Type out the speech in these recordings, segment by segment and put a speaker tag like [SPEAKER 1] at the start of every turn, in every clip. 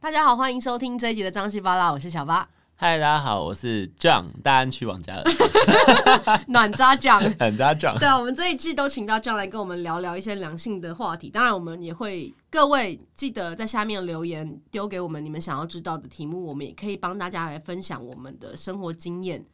[SPEAKER 1] 大家好，欢迎收听这一集的张西巴拉，我是小巴，
[SPEAKER 2] 嗨，大家好，我是 John，大安区王嘉尔，
[SPEAKER 1] 暖渣 酱。
[SPEAKER 2] 很渣 John。
[SPEAKER 1] 对啊，我们这一季都请到酱来跟我们聊聊一些良性的话题。当然，我们也会各位记得在下面留言丢给我们你们想要知道的题目，我们也可以帮大家来分享我们的生活经验。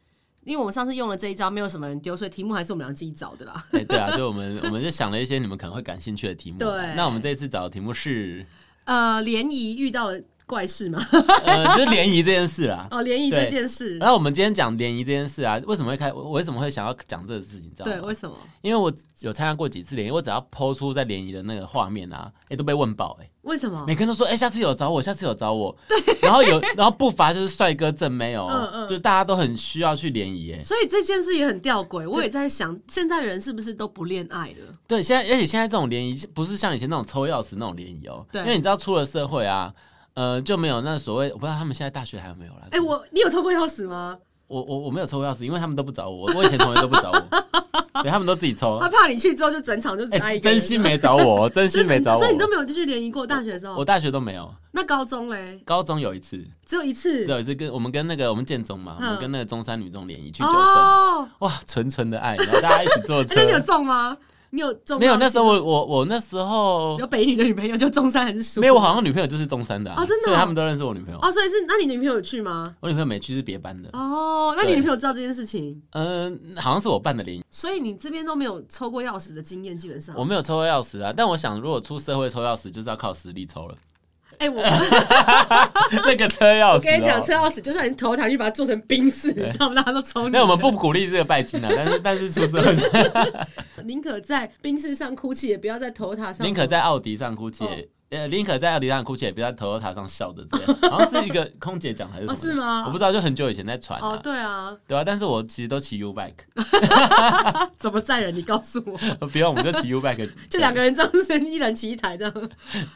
[SPEAKER 1] 因为我们上次用了这一招，没有什么人丢，所以题目还是我们俩自己找的啦。
[SPEAKER 2] 哎、对啊，就我们我们就想了一些你们可能会感兴趣的题目。啊
[SPEAKER 1] 对
[SPEAKER 2] 那我们这一次找的题目是，
[SPEAKER 1] 呃，联谊遇到了怪事 嘛？
[SPEAKER 2] 呃，就是联谊这件事啦。
[SPEAKER 1] 哦，联谊
[SPEAKER 2] 对
[SPEAKER 1] 这件事
[SPEAKER 2] 然，后我们今天讲联谊这件事啊，为什么会开？我为什么会想要讲这个事情？你知道
[SPEAKER 1] 对，
[SPEAKER 2] 吗？
[SPEAKER 1] 为什么？
[SPEAKER 2] 因为我有参加过几次联谊，我只要抛出在联谊的那个画面啊，哎、都被问爆哎、
[SPEAKER 1] 为什么
[SPEAKER 2] 每？个人都说，哎、下次有找我，下次有找我。对。然后有，然后不乏就是帅哥正妹哦、
[SPEAKER 1] 嗯嗯
[SPEAKER 2] 就大家都很需要去联谊哎。
[SPEAKER 1] 所以这件事也很吊诡，我也在想，现在人是不是都不恋爱了？
[SPEAKER 2] 对，现在而且现在这种联谊不是像以前那种抽钥匙那种联谊哦，
[SPEAKER 1] 对
[SPEAKER 2] 因为你知道出了社会啊，呃，就没有那所谓，我不知道他们现在大学还有没有啦。
[SPEAKER 1] 哎、我你有抽过钥匙吗？
[SPEAKER 2] 我我我没有抽过钥匙，因为他们都不找我，我以前同学都不找我， 对他们都自己抽
[SPEAKER 1] 他。怕你去之后就整场就只
[SPEAKER 2] 哎、
[SPEAKER 1] 爱一个人
[SPEAKER 2] 真心没找我，哦真
[SPEAKER 1] 所以
[SPEAKER 2] 心没找我
[SPEAKER 1] 所以，你都没有去联谊过大学的时候
[SPEAKER 2] 我。大学都没有，
[SPEAKER 1] 那高中嘞，
[SPEAKER 2] 高中有一次，
[SPEAKER 1] 只有一次
[SPEAKER 2] 只。有一次跟我们跟那个我们建中嘛，
[SPEAKER 1] 嗯
[SPEAKER 2] 我们跟那个中山女中联谊去九份，
[SPEAKER 1] 哦，哎
[SPEAKER 2] 哇，纯纯的爱，然后大家一起 坐车
[SPEAKER 1] 那，你有中吗？你有中吗？
[SPEAKER 2] 没有，那时候我我我那时候
[SPEAKER 1] 有北女的女朋友就中山很熟。
[SPEAKER 2] 没有，我好像女朋友就是中山的、啊，
[SPEAKER 1] 哦真的哦
[SPEAKER 2] 所以他们都认识我女朋友。
[SPEAKER 1] 哦，所以是那你女朋友有去吗？
[SPEAKER 2] 我女朋友没去是别班的，
[SPEAKER 1] 哦，那你
[SPEAKER 2] 对
[SPEAKER 1] 女朋友知道这件事情，
[SPEAKER 2] 嗯、好像是我办的联谊，
[SPEAKER 1] 所以你这边都没有抽过钥匙的经验，基本上
[SPEAKER 2] 我。没有抽过钥匙啊。但我想，如果出社会抽钥匙，就是要靠实力抽了。
[SPEAKER 1] 哎，我
[SPEAKER 2] 那个车钥
[SPEAKER 1] 我跟你讲，
[SPEAKER 2] 匙、
[SPEAKER 1] 车
[SPEAKER 2] 哦，
[SPEAKER 1] 钥匙就算你投台去把它做成冰室，你知道吗？大家都抽你的。
[SPEAKER 2] 那我们不鼓励这个拜 金啊，但是但是出社会，
[SPEAKER 1] 宁可在冰室上哭泣，也不要在头塔上。
[SPEAKER 2] 宁可在奥迪上哭泣
[SPEAKER 1] 哦
[SPEAKER 2] 也。呃，宁可在奥迪上哭泣，也不要在 Toyota 上笑的这 样，好像是一个空姐讲还是什
[SPEAKER 1] 哦
[SPEAKER 2] 么？
[SPEAKER 1] 是吗
[SPEAKER 2] 我不知道，就很久以前在传啊，
[SPEAKER 1] 哦，对啊，
[SPEAKER 2] 对啊，但是我其实都骑 U bike，
[SPEAKER 1] 怎么载人？你告诉 我。
[SPEAKER 2] 不用，我们就骑 U bike，
[SPEAKER 1] 哦 就两个人这样子，一人骑一台这样。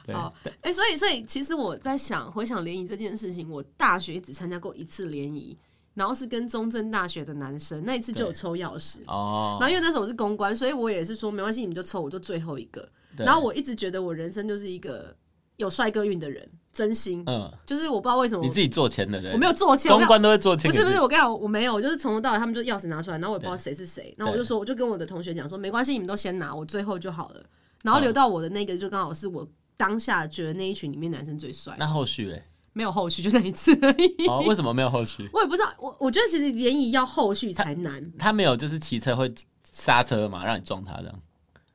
[SPEAKER 2] 对，
[SPEAKER 1] 好，哎、所以所以其实我在想，回想联谊这件事情，我大学只参加过一次联谊，然后是跟中正大学的男生，那一次就有
[SPEAKER 2] 对
[SPEAKER 1] 抽钥匙。然
[SPEAKER 2] 哦，
[SPEAKER 1] 后因为那时候我是公关，所以我也是说没关系，你们就抽，我就最后一个。
[SPEAKER 2] 对
[SPEAKER 1] 然后我一直觉得我人生就是一个有帅哥运的人，真心
[SPEAKER 2] 嗯，
[SPEAKER 1] 就是我不知道为什么
[SPEAKER 2] 你自己做钱的人，
[SPEAKER 1] 我没有做签，我
[SPEAKER 2] 公
[SPEAKER 1] 没有
[SPEAKER 2] 关都会做钱，
[SPEAKER 1] 不是不是，我跟你讲，我没有，我就是从头到尾他们就钥匙拿出来，然后我也不知道谁是谁，然后我就说，我就跟我的同学讲说，没关系，你们都先拿，我最后就好了。然后留到我的那个，就刚好是我当下觉得那一群里面男生最帅，
[SPEAKER 2] 那后续 嘞？
[SPEAKER 1] 没有后续，就那一次而已。
[SPEAKER 2] 哦，为什么没有后续？
[SPEAKER 1] 我也不知道，我我觉得其实联谊要后续才难，
[SPEAKER 2] 他没有就是骑车会刹车嘛，让你撞他这样。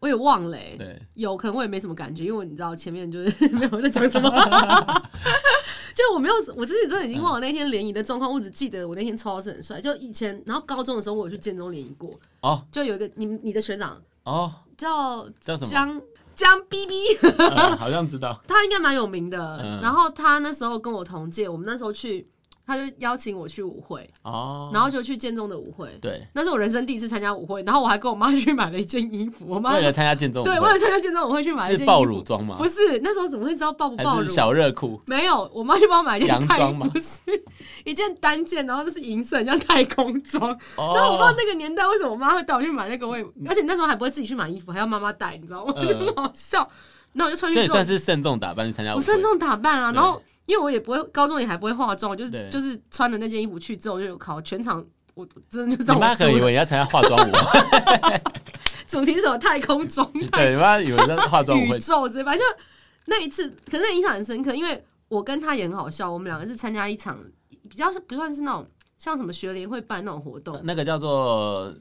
[SPEAKER 1] 我也忘了、欸，
[SPEAKER 2] 对，
[SPEAKER 1] 有可能我也没什么感觉，因为我你知道前面就是 没有在讲什么。就我没有，我自己真的已经忘了那天联谊的状况，我只记得我那天超是很帅。就以前，然后高中的时候我有去建中联谊过，
[SPEAKER 2] 哦
[SPEAKER 1] 就有一个你你的学长，
[SPEAKER 2] 哦，
[SPEAKER 1] 叫
[SPEAKER 2] 叫什么？
[SPEAKER 1] 江江 B B，
[SPEAKER 2] 嗯好像知道。
[SPEAKER 1] 他应该蛮有名的。
[SPEAKER 2] 嗯
[SPEAKER 1] 然后他那时候跟我同届，我们那时候去，他就邀请我去舞会，
[SPEAKER 2] 哦，
[SPEAKER 1] 然后就去建中的舞会。
[SPEAKER 2] 对，
[SPEAKER 1] 那是我人生第一次参加舞会，然后我还跟我妈去买了一件衣服。我妈
[SPEAKER 2] 为了参加建中舞
[SPEAKER 1] 对，为
[SPEAKER 2] 会，
[SPEAKER 1] 了参加建中舞会去买了一件
[SPEAKER 2] 是
[SPEAKER 1] 衣服
[SPEAKER 2] 爆乳装吗
[SPEAKER 1] 不？是那时候怎么会知道爆不爆
[SPEAKER 2] 还
[SPEAKER 1] 乳
[SPEAKER 2] 是？小热裤？
[SPEAKER 1] 没有，我妈去帮我买一件
[SPEAKER 2] 洋
[SPEAKER 1] 太
[SPEAKER 2] 装吗
[SPEAKER 1] 不是一件单件，然后就是银色，很像太空装。然后我不知道
[SPEAKER 2] 哦，
[SPEAKER 1] 那个年代为什么我妈会带我去买那个，我也而且那时候还不会自己去买衣服，还要妈妈带，你知道吗？
[SPEAKER 2] 嗯
[SPEAKER 1] 就很好笑。然后我就穿
[SPEAKER 2] 所
[SPEAKER 1] 去
[SPEAKER 2] 以
[SPEAKER 1] 做
[SPEAKER 2] 算，是慎重打扮去参加舞
[SPEAKER 1] 我
[SPEAKER 2] 会。
[SPEAKER 1] 慎重打扮啊。
[SPEAKER 2] 对
[SPEAKER 1] 然后因为我也不会，高中也还不会化妆，我就是
[SPEAKER 2] 对
[SPEAKER 1] 就是穿了那件衣服去之后就有考全场。我我真的就
[SPEAKER 2] 你
[SPEAKER 1] 让
[SPEAKER 2] 妈
[SPEAKER 1] 我
[SPEAKER 2] 可能以
[SPEAKER 1] 输了。
[SPEAKER 2] 为你要参加化妆舞，
[SPEAKER 1] 主题是什么太空中、太
[SPEAKER 2] 对，你妈以为在化妆 舞
[SPEAKER 1] 宇
[SPEAKER 2] 会。
[SPEAKER 1] 宙之类，反正就那一次，可是那印象很深刻，因为我跟他也很好笑。我们两个是参加一场比较是不算是那种像什么学联会办那种活动，
[SPEAKER 2] 那个叫做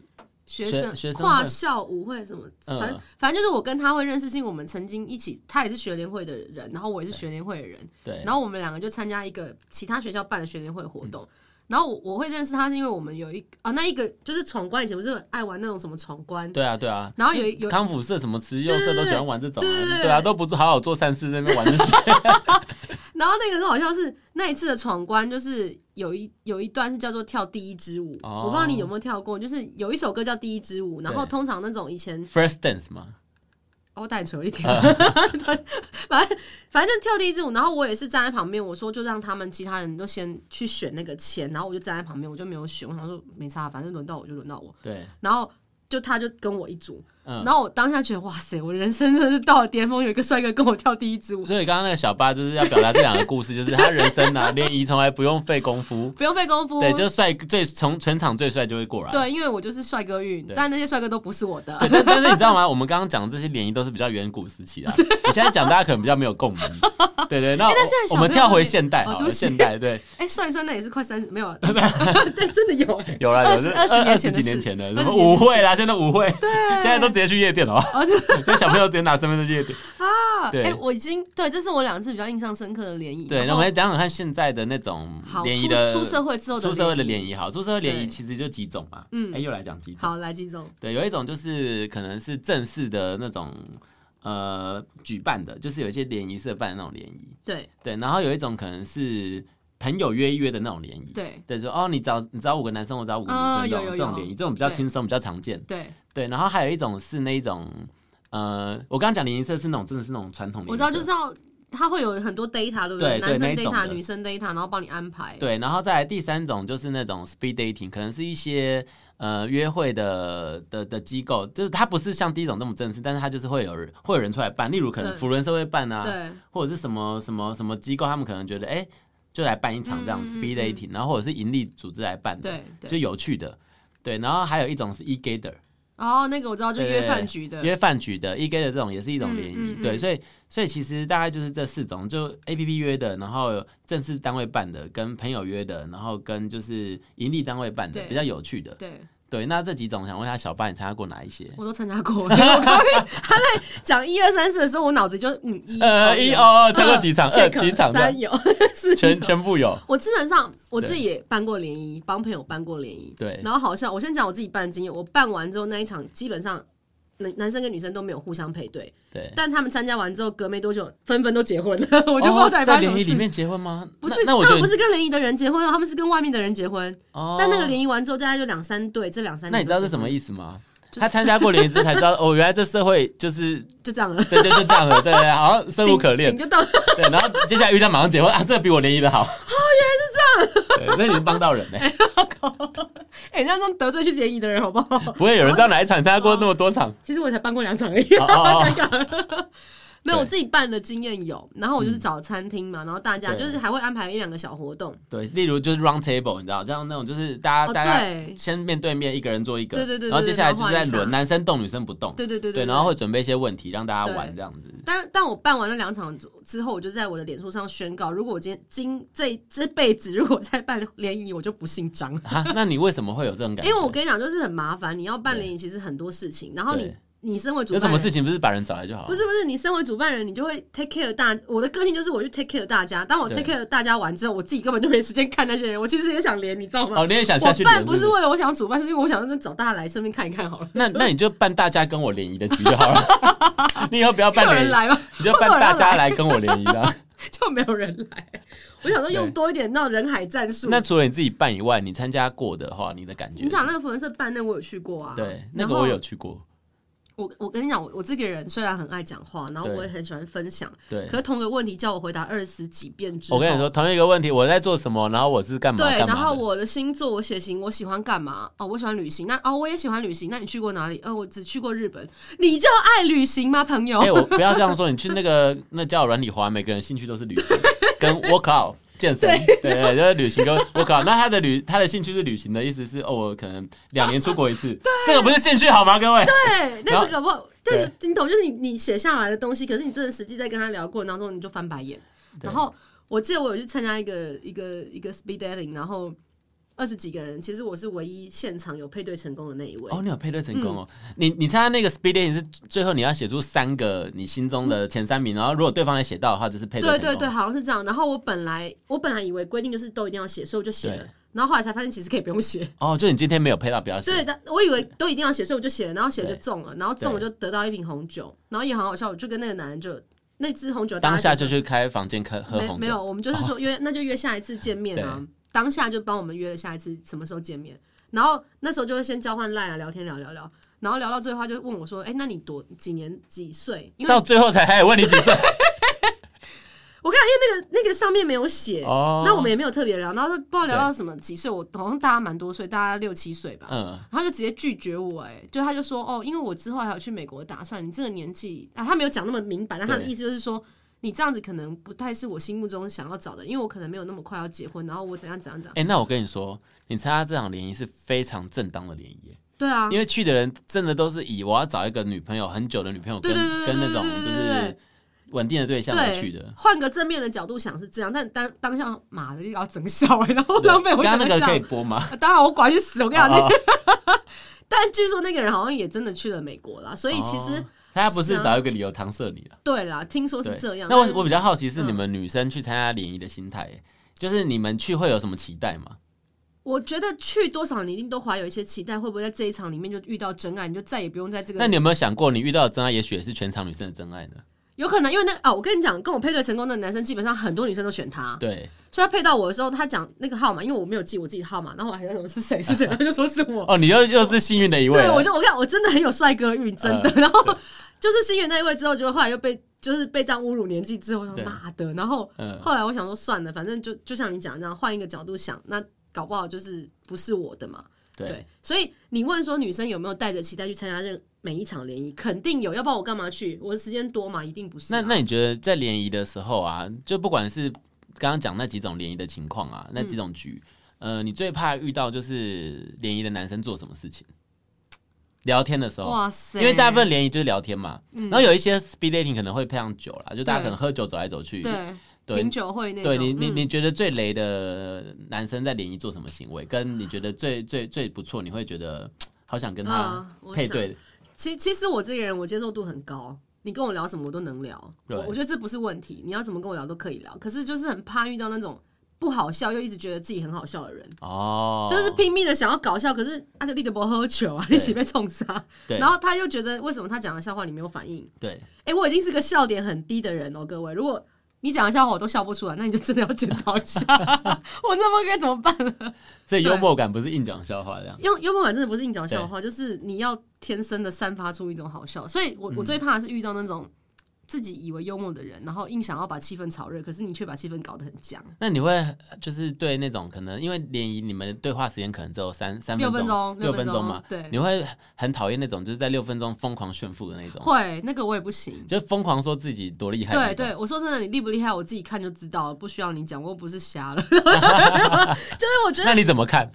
[SPEAKER 1] 学
[SPEAKER 2] 嗯学
[SPEAKER 1] 生
[SPEAKER 2] 学生
[SPEAKER 1] 跨
[SPEAKER 2] 会
[SPEAKER 1] 校舞会什么，
[SPEAKER 2] 嗯
[SPEAKER 1] 反正反正就是我跟他会认识，是因为我们曾经一起，他也是学联会的人，然后我也是学联会的人，
[SPEAKER 2] 对，
[SPEAKER 1] 然后我们两个就参加一个其他学校办的学联会活
[SPEAKER 2] 嗯
[SPEAKER 1] 动。然后我我会认识他，是因为我们有一啊，那一个就是闯关，以前不是很爱玩那种什么闯关，
[SPEAKER 2] 对啊对啊。
[SPEAKER 1] 然后有有
[SPEAKER 2] 康复社什么慈幼社都喜欢玩这种啊
[SPEAKER 1] 对对对对，
[SPEAKER 2] 对啊，都不做好好做善事，在那边玩这些。
[SPEAKER 1] 然后那个很好笑是那一次的闯关，就是有一有一段是叫做跳第一支舞，
[SPEAKER 2] 哦
[SPEAKER 1] 我不知道你有没有跳过，就是有一首歌叫第一支舞，然后
[SPEAKER 2] 对
[SPEAKER 1] 通常那种以前
[SPEAKER 2] First dance 嘛，
[SPEAKER 1] 哦，带扯一 点，对反正反正就跳第一支舞，然后我也是站在旁边，我说就让他们其他人都先去选那个签，然后我就站在旁边，我就没有选，我想说没差，反正轮到我就轮到我，
[SPEAKER 2] 对，
[SPEAKER 1] 然后就他就跟我一组，
[SPEAKER 2] 嗯
[SPEAKER 1] 然后我当下觉得，哇塞，我人生真的是到了巅峰，有一个帅哥跟我跳第一支舞，
[SPEAKER 2] 所以刚刚那个小八就是要表达这两个故事，就是他人生啊， 练仪从来不用费功夫，
[SPEAKER 1] 不用费功夫。
[SPEAKER 2] 对，就是帅最从全场最帅就会过来。
[SPEAKER 1] 哦对因为我就是帅哥运，
[SPEAKER 2] 对
[SPEAKER 1] 但那些帅哥都不是我的。
[SPEAKER 2] 对，但但是你知道吗？我们刚刚讲的这些联谊都是比较远古时 期啊，你现在讲大家可能比较没有共鸣。对对，那我,、
[SPEAKER 1] 哎但现在小
[SPEAKER 2] 我们
[SPEAKER 1] 朋友都
[SPEAKER 2] 跳回
[SPEAKER 1] 可以
[SPEAKER 2] 现代
[SPEAKER 1] 哦
[SPEAKER 2] 好
[SPEAKER 1] 对
[SPEAKER 2] 了，
[SPEAKER 1] 不起
[SPEAKER 2] 现代 对，
[SPEAKER 1] 哎，算一算，那也是快三十，没 有，啊 对，真的有哎，
[SPEAKER 2] 有了有
[SPEAKER 1] 二
[SPEAKER 2] 了
[SPEAKER 1] 十
[SPEAKER 2] 这
[SPEAKER 1] 二十
[SPEAKER 2] 二
[SPEAKER 1] 年
[SPEAKER 2] 十
[SPEAKER 1] 前
[SPEAKER 2] 几
[SPEAKER 1] 的
[SPEAKER 2] 年
[SPEAKER 1] 事
[SPEAKER 2] 前的
[SPEAKER 1] 二
[SPEAKER 2] 什
[SPEAKER 1] 十
[SPEAKER 2] 么
[SPEAKER 1] 年
[SPEAKER 2] 舞
[SPEAKER 1] 前
[SPEAKER 2] 会啦，真的舞会，
[SPEAKER 1] 对，
[SPEAKER 2] 现在都直接去夜店了哦，
[SPEAKER 1] 哦，真的
[SPEAKER 2] 就小朋友直接拿身份证去夜店。
[SPEAKER 1] 啊，
[SPEAKER 2] 对
[SPEAKER 1] 哎，我已经对，这是我两次比较印象深刻的联谊。
[SPEAKER 2] 对，
[SPEAKER 1] 然
[SPEAKER 2] 那
[SPEAKER 1] 后
[SPEAKER 2] 我们来讲讲看现在的那种
[SPEAKER 1] 好
[SPEAKER 2] 联谊
[SPEAKER 1] 出
[SPEAKER 2] 的
[SPEAKER 1] 出社会之后的
[SPEAKER 2] 出社会的联
[SPEAKER 1] 谊，
[SPEAKER 2] 谊好，出社会联谊
[SPEAKER 1] 对
[SPEAKER 2] 其实就几种嘛，嗯
[SPEAKER 1] 嗯，
[SPEAKER 2] 哎，又来讲几种，
[SPEAKER 1] 好，来季总，
[SPEAKER 2] 对，有一种就是可能是正式的那种呃举办的，就是有一些联谊社办的那种联谊，
[SPEAKER 1] 对
[SPEAKER 2] 对，然后有一种可能是朋友约一约的那种联谊，
[SPEAKER 1] 对
[SPEAKER 2] 对，说哦，你找你找五个男生，我找五个女
[SPEAKER 1] 嗯
[SPEAKER 2] 生，这
[SPEAKER 1] 有有
[SPEAKER 2] 种这种
[SPEAKER 1] 有
[SPEAKER 2] 联谊，这种比较
[SPEAKER 1] 对
[SPEAKER 2] 轻松，比较常见，
[SPEAKER 1] 对，
[SPEAKER 2] 对，然后还有一种是那一种。呃，我刚刚讲联谊社是那种真的是那种传统联谊社，
[SPEAKER 1] 我知道就是要他会有很多 data，对不
[SPEAKER 2] 对对
[SPEAKER 1] 男生
[SPEAKER 2] 那一种
[SPEAKER 1] data、
[SPEAKER 2] 的
[SPEAKER 1] 女生 data，然后帮你安排。
[SPEAKER 2] 对，然后再来第三种就是那种 speed dating，可能是一些呃约会的的的机构，就是它不是像第一种这么正式，但是它就是会有人会有人出来办，例如可能
[SPEAKER 1] 对
[SPEAKER 2] 福伦社会办啊，
[SPEAKER 1] 对
[SPEAKER 2] 或者是什么什么什么机构，他们可能觉得哎、诶就来办一场这样
[SPEAKER 1] 嗯嗯嗯
[SPEAKER 2] speed
[SPEAKER 1] 嗯
[SPEAKER 2] dating，、然后或者是盈利组织来办的，
[SPEAKER 1] 对
[SPEAKER 2] 就
[SPEAKER 1] 对，
[SPEAKER 2] 有趣的。对，然后还有一种是 e gather
[SPEAKER 1] 哦，那个我知道，就
[SPEAKER 2] 对
[SPEAKER 1] 约饭局的，
[SPEAKER 2] 约饭局的 e gather 这种也是一种
[SPEAKER 1] 嗯
[SPEAKER 2] 联谊，
[SPEAKER 1] 嗯嗯
[SPEAKER 2] 对，所以所以其实大概就是这四种，就 A P P 约的，然后正式单位办的，跟朋友约的，然后跟就是盈利单位办的，
[SPEAKER 1] 对
[SPEAKER 2] 比较有趣的。
[SPEAKER 1] 对
[SPEAKER 2] 对，那这几种想问一下小八，你参加过哪一些？
[SPEAKER 1] 我都参加 过。我刚刚他在讲一二三四的时候，我脑子就嗯一
[SPEAKER 2] 呃，一哦哦，参加过几场，二
[SPEAKER 1] check，
[SPEAKER 2] 几场这样
[SPEAKER 1] 三，有 四
[SPEAKER 2] 全
[SPEAKER 1] 有
[SPEAKER 2] 全部有。
[SPEAKER 1] 我基本上我自己也办过联谊，帮朋友办过联谊。
[SPEAKER 2] 对，
[SPEAKER 1] 然后好像我先讲我自己办的经验，我办完之后那一场基本上男男生跟女生都没有互相配对，
[SPEAKER 2] 对。
[SPEAKER 1] 但他们参加完之后隔没多久纷纷都结婚 了，我就不知道
[SPEAKER 2] 哦
[SPEAKER 1] 到底
[SPEAKER 2] 在
[SPEAKER 1] 发生什
[SPEAKER 2] 联
[SPEAKER 1] 么
[SPEAKER 2] 谊里
[SPEAKER 1] 事。
[SPEAKER 2] 面结婚吗？
[SPEAKER 1] 不
[SPEAKER 2] 那
[SPEAKER 1] 是，
[SPEAKER 2] 那我
[SPEAKER 1] 他
[SPEAKER 2] 觉
[SPEAKER 1] 们
[SPEAKER 2] 得
[SPEAKER 1] 不是跟联谊的人结婚哦，他们是跟外面的人结婚。
[SPEAKER 2] 哦，
[SPEAKER 1] 但那个联谊完之后，大概就两三对，这两三
[SPEAKER 2] 那你知道是什么
[SPEAKER 1] 思？
[SPEAKER 2] 意思吗？
[SPEAKER 1] 就
[SPEAKER 2] 他参加过联谊之后才知道，哦，原来这社会就是
[SPEAKER 1] 就这 样了，
[SPEAKER 2] 对对就这样了，对对，好像生无可恋
[SPEAKER 1] 你。就到
[SPEAKER 2] 对，然后接下来遇到马上结婚啊，这个比我联谊的好。哦，原来 是这样。对，那你是帮到人欸呢、
[SPEAKER 1] 哎、那种得罪去联谊的人好不 好？
[SPEAKER 2] 不会有人知道哪一场参加过那么多场。
[SPEAKER 1] 其实我才办过两场而已。
[SPEAKER 2] 哦哦哦，
[SPEAKER 1] 没有，
[SPEAKER 2] 对
[SPEAKER 1] 我自己办的经验有，然后我就是找餐厅嘛，然后大家
[SPEAKER 2] 嗯对
[SPEAKER 1] 就是还会安排一两个小活动。
[SPEAKER 2] 对，例如就是 round table，你知道，这样那种就是大家、
[SPEAKER 1] 哦，
[SPEAKER 2] 大家
[SPEAKER 1] 对，
[SPEAKER 2] 先面对面一个人做一个，
[SPEAKER 1] 对对对对
[SPEAKER 2] 然后接下来就是在
[SPEAKER 1] 然后换
[SPEAKER 2] 轮
[SPEAKER 1] 一下
[SPEAKER 2] 男生动女生不动，
[SPEAKER 1] 对对对
[SPEAKER 2] 对，然后会准备一些问题让大家玩
[SPEAKER 1] 对
[SPEAKER 2] 这样子。
[SPEAKER 1] 但但我办完了两场之后，我就在我的脸书上宣告，如果我今天今这这辈子如果再办联谊，我就不姓张。
[SPEAKER 2] 啊，那你为什么会有这种感
[SPEAKER 1] 因
[SPEAKER 2] 觉？
[SPEAKER 1] 为我跟你讲，就是很麻烦，你要办联谊其实很多事情，然后你
[SPEAKER 2] 对
[SPEAKER 1] 你身为主
[SPEAKER 2] 有什
[SPEAKER 1] 办
[SPEAKER 2] 么
[SPEAKER 1] 人，
[SPEAKER 2] 事情不是把人找来就好？
[SPEAKER 1] 不，是不是，你身为主办人，你就会 take care 大。我的个性就是我去 take care 大家，当我
[SPEAKER 2] 对
[SPEAKER 1] take care 大家完之后，我自己根本就没时间看那些人。我其实也想连，你知道吗？
[SPEAKER 2] 哦，你也想下去
[SPEAKER 1] 我办
[SPEAKER 2] 轮？
[SPEAKER 1] 不是为了我想主办，是因为我想真找大家来，顺便看一看好了。
[SPEAKER 2] 那那你就办大家跟我联谊的局就好了。 你以后不要
[SPEAKER 1] 会
[SPEAKER 2] 办
[SPEAKER 1] 有
[SPEAKER 2] 联
[SPEAKER 1] 人
[SPEAKER 2] 谊，
[SPEAKER 1] 来吗？
[SPEAKER 2] 你就办大家来跟我联谊的。
[SPEAKER 1] 就没有人来。我想说用多一点那种人海战术。
[SPEAKER 2] 那除了你自己办以外，你参加过的话，你的感觉？
[SPEAKER 1] 你讲那个福伦社办那个我有去过啊，
[SPEAKER 2] 对，那
[SPEAKER 1] 然
[SPEAKER 2] 个
[SPEAKER 1] 后
[SPEAKER 2] 我有去过。
[SPEAKER 1] 我我跟你讲，我我这个人虽然很爱讲话，然后
[SPEAKER 2] 对
[SPEAKER 1] 我也很喜欢分享，
[SPEAKER 2] 对
[SPEAKER 1] 可，是同个问题叫我回答二十几遍之后，
[SPEAKER 2] 我跟你说，同一个问题，我在做什么，然后我是干嘛？
[SPEAKER 1] 对，
[SPEAKER 2] 嗯干嘛
[SPEAKER 1] 然后
[SPEAKER 2] 的
[SPEAKER 1] 我的星座，我血型，我喜欢干嘛？哦，我喜欢旅行。那哦，我也喜欢旅行。那你去过哪里？呃，我只去过日本。你叫爱旅行吗，朋友？
[SPEAKER 2] 哎、我不要这样说，你去 那个那交友软体滑，每个人兴趣都是旅行跟 workout 健身，对对，就是旅行跟 workout。那他的旅他的兴趣是旅行的意思是，哦，我可能两年出国一 次，这个不是兴趣好吗，各位？
[SPEAKER 1] 对，
[SPEAKER 2] 然
[SPEAKER 1] 那
[SPEAKER 2] 后
[SPEAKER 1] 这个我，对，你懂，就是你你写下来的东西，可是你真的实际在跟他聊过程当中，你就翻白眼。
[SPEAKER 2] 对
[SPEAKER 1] 然后我记得我有去参加一个一个一个 speed dating，然后二十几个人，其实我是唯一现场有配对成功的那一位。
[SPEAKER 2] 哦，你有配对成功哦！
[SPEAKER 1] 嗯
[SPEAKER 2] 你你参加那个 speed dating 是最后你要写出三个你心中的前三名，然后如果对方也写到的话，就是配
[SPEAKER 1] 嗯
[SPEAKER 2] 对
[SPEAKER 1] 对
[SPEAKER 2] 成功。
[SPEAKER 1] 对对，好像是这样。然后我本来我本来以为规定就是都一定要写，所以我就写了
[SPEAKER 2] 对。
[SPEAKER 1] 然后后来才发现其实可以不用写。
[SPEAKER 2] 哦，就你今天没有配到，不要写。
[SPEAKER 1] 对，但我以为都一定要写，所以我就写了，然后写了就
[SPEAKER 2] 对
[SPEAKER 1] 中了，然后中了就得到一瓶红酒，然后也很好笑，我就跟那个男人就那支红酒大家
[SPEAKER 2] 当下就
[SPEAKER 1] 觉
[SPEAKER 2] 去开房间喝
[SPEAKER 1] 得
[SPEAKER 2] 喝
[SPEAKER 1] 没
[SPEAKER 2] 红
[SPEAKER 1] 没
[SPEAKER 2] 酒。哦
[SPEAKER 1] 有，我们就是说约，那就约下一次见面啊，当下就帮我们约了下一次什么时候见面，然后那时候就会先交换赖啊，聊天聊聊聊。然后聊到最后，他就问我说：“哎，那你多几年几岁？”因为
[SPEAKER 2] 到最后才还有问你几岁，
[SPEAKER 1] 我跟你讲，因为那个那个上面没有写，
[SPEAKER 2] 哦，
[SPEAKER 1] 那我们也没有特别聊，然后不知道聊到什么几岁，我好像大家蛮多岁，大家六七岁吧，
[SPEAKER 2] 嗯，
[SPEAKER 1] 然后他就直接拒绝我、哎，就他就说，哦，因为我之后还要去美国打算，你这个年纪啊，他没有讲那么明白，但他的
[SPEAKER 2] 对
[SPEAKER 1] 意思就是说，你这样子可能不太是我心目中想要找的，因为我可能没有那么快要结婚，然后我怎样怎样怎样，
[SPEAKER 2] 哎、那我跟你说，你参加这场联谊是非常正当的联谊耶，
[SPEAKER 1] 对啊，
[SPEAKER 2] 因为去的人真的都是以我要找一个女朋友很久的女朋友
[SPEAKER 1] 对
[SPEAKER 2] 跟
[SPEAKER 1] 对对
[SPEAKER 2] 跟那
[SPEAKER 1] 对
[SPEAKER 2] 种
[SPEAKER 1] 对
[SPEAKER 2] 就
[SPEAKER 1] 对对
[SPEAKER 2] 是稳定的对象而去
[SPEAKER 1] 对
[SPEAKER 2] 的。，
[SPEAKER 1] 换个正面的角度想是这样，但当当下妈的又要整笑、哎，然后
[SPEAKER 2] 对
[SPEAKER 1] 浪费我
[SPEAKER 2] 刚刚那
[SPEAKER 1] 整
[SPEAKER 2] 个
[SPEAKER 1] 笑
[SPEAKER 2] 可以。播吗？
[SPEAKER 1] 当然，我管去死！我跟你讲，那
[SPEAKER 2] 哦
[SPEAKER 1] 但据说那个人好像也真的去了美国啦，所以其实、
[SPEAKER 2] 哦他不是
[SPEAKER 1] 想
[SPEAKER 2] 找一个理由搪塞你了。
[SPEAKER 1] 对啦，听说啊是
[SPEAKER 2] 对
[SPEAKER 1] 这样。
[SPEAKER 2] 那
[SPEAKER 1] 但
[SPEAKER 2] 我
[SPEAKER 1] 是
[SPEAKER 2] 我比较好奇是
[SPEAKER 1] 嗯
[SPEAKER 2] 你们女生去参加联谊的心态耶，就是你们去会有什么期待吗？
[SPEAKER 1] 我觉得去多少你一定都怀有一些期待，会不会在这一场里面就遇到真爱，你就再也不用在这个
[SPEAKER 2] 那你有没有想过，你遇到的真爱也许也是全场女生的真爱呢？
[SPEAKER 1] 有可能因为那啊、我跟你讲，跟我配对成功的男生基本上很多女生都选 他，
[SPEAKER 2] 对，
[SPEAKER 1] 所以他配到我的时候，他讲那个号码，因为我没有记我自己的号码，然后我还想说是谁是谁，他就说是 我，
[SPEAKER 2] 哦，你又又是幸运的一位
[SPEAKER 1] 对，
[SPEAKER 2] 了，
[SPEAKER 1] 我就我跟你讲，我真的很有帅哥运，真的。
[SPEAKER 2] 啊
[SPEAKER 1] 然后就是心远那一位之后，就后来又被就是被这样侮辱年纪之后，我
[SPEAKER 2] 对
[SPEAKER 1] 想妈的。然后
[SPEAKER 2] 嗯
[SPEAKER 1] 后来我想说算了，反正就就像你讲的那样，换一个角度想，那搞不好就是不是我的嘛。
[SPEAKER 2] 对，
[SPEAKER 1] 对，所以你问说女生有没有带着期待去参加任每一场联谊，肯定有，要不然我干嘛去？我的时间多嘛，一定不是啊、
[SPEAKER 2] 那那你觉得在联谊的时候啊，就不管是刚刚讲那几种联谊的情况
[SPEAKER 1] 嗯
[SPEAKER 2] 啊，那几种局，呃，你最怕遇到就是联谊的男生做什么事情？聊天的时候，
[SPEAKER 1] 哇塞，嗯
[SPEAKER 2] 因为大部分联谊就是聊天嘛，然后有一些 speed dating 可能会配上酒啦，就大家
[SPEAKER 1] 对
[SPEAKER 2] 可能喝酒走来走去，
[SPEAKER 1] 对
[SPEAKER 2] 对
[SPEAKER 1] 品，酒会那种，
[SPEAKER 2] 对你你
[SPEAKER 1] 嗯
[SPEAKER 2] 你觉得最雷的男生在联谊做什么行为？跟你觉得最最最不错，你会觉得好想跟他
[SPEAKER 1] 啊我
[SPEAKER 2] 配
[SPEAKER 1] 想
[SPEAKER 2] 对的，
[SPEAKER 1] 其其实我这个人，我接受度很高，你跟我聊什么我都能聊，
[SPEAKER 2] 对
[SPEAKER 1] 我我觉得这不是问题，你要怎么跟我聊都可以聊。可是就是很怕遇到那种不好笑又一直觉得自己很好笑的人，
[SPEAKER 2] 哦，
[SPEAKER 1] 就是拼命的想要搞笑，可是他就立得不喝酒啊，
[SPEAKER 2] 对
[SPEAKER 1] 一起被冲杀，
[SPEAKER 2] 对
[SPEAKER 1] 然后他又觉得为什么他讲的笑话你没有反应？
[SPEAKER 2] 对，
[SPEAKER 1] 哎、我已经是个笑点很低的人哦，各位，如果你讲的笑话我都笑不出来，那你就真的要检讨一下， 我这么该怎么办呢？
[SPEAKER 2] 所以幽
[SPEAKER 1] 对
[SPEAKER 2] 默感不是硬讲笑话这样。
[SPEAKER 1] 用幽默感真的不是硬讲笑话，就是你要天生的散发出一种好笑。所以我我最怕的是遇到那种自己以为幽默的人，然后硬想要把气氛炒热，可是你却把气氛搞得很僵。
[SPEAKER 2] 那你会就是对那种可能因为联谊，你们的对话时间可能只有三三
[SPEAKER 1] 六
[SPEAKER 2] 分
[SPEAKER 1] 分钟，
[SPEAKER 2] 六
[SPEAKER 1] 分
[SPEAKER 2] 分钟嘛，，
[SPEAKER 1] 对，
[SPEAKER 2] 你会很讨厌那种就是在六分钟疯狂炫富的那 种，
[SPEAKER 1] 会那个我也不行。
[SPEAKER 2] 就是疯狂说自己多厉害。
[SPEAKER 1] 对，对，我说真的，你厉不厉害，我自己看就知道了，不需要你讲，我又不是瞎了。 就是我觉得
[SPEAKER 2] 那，你怎么看？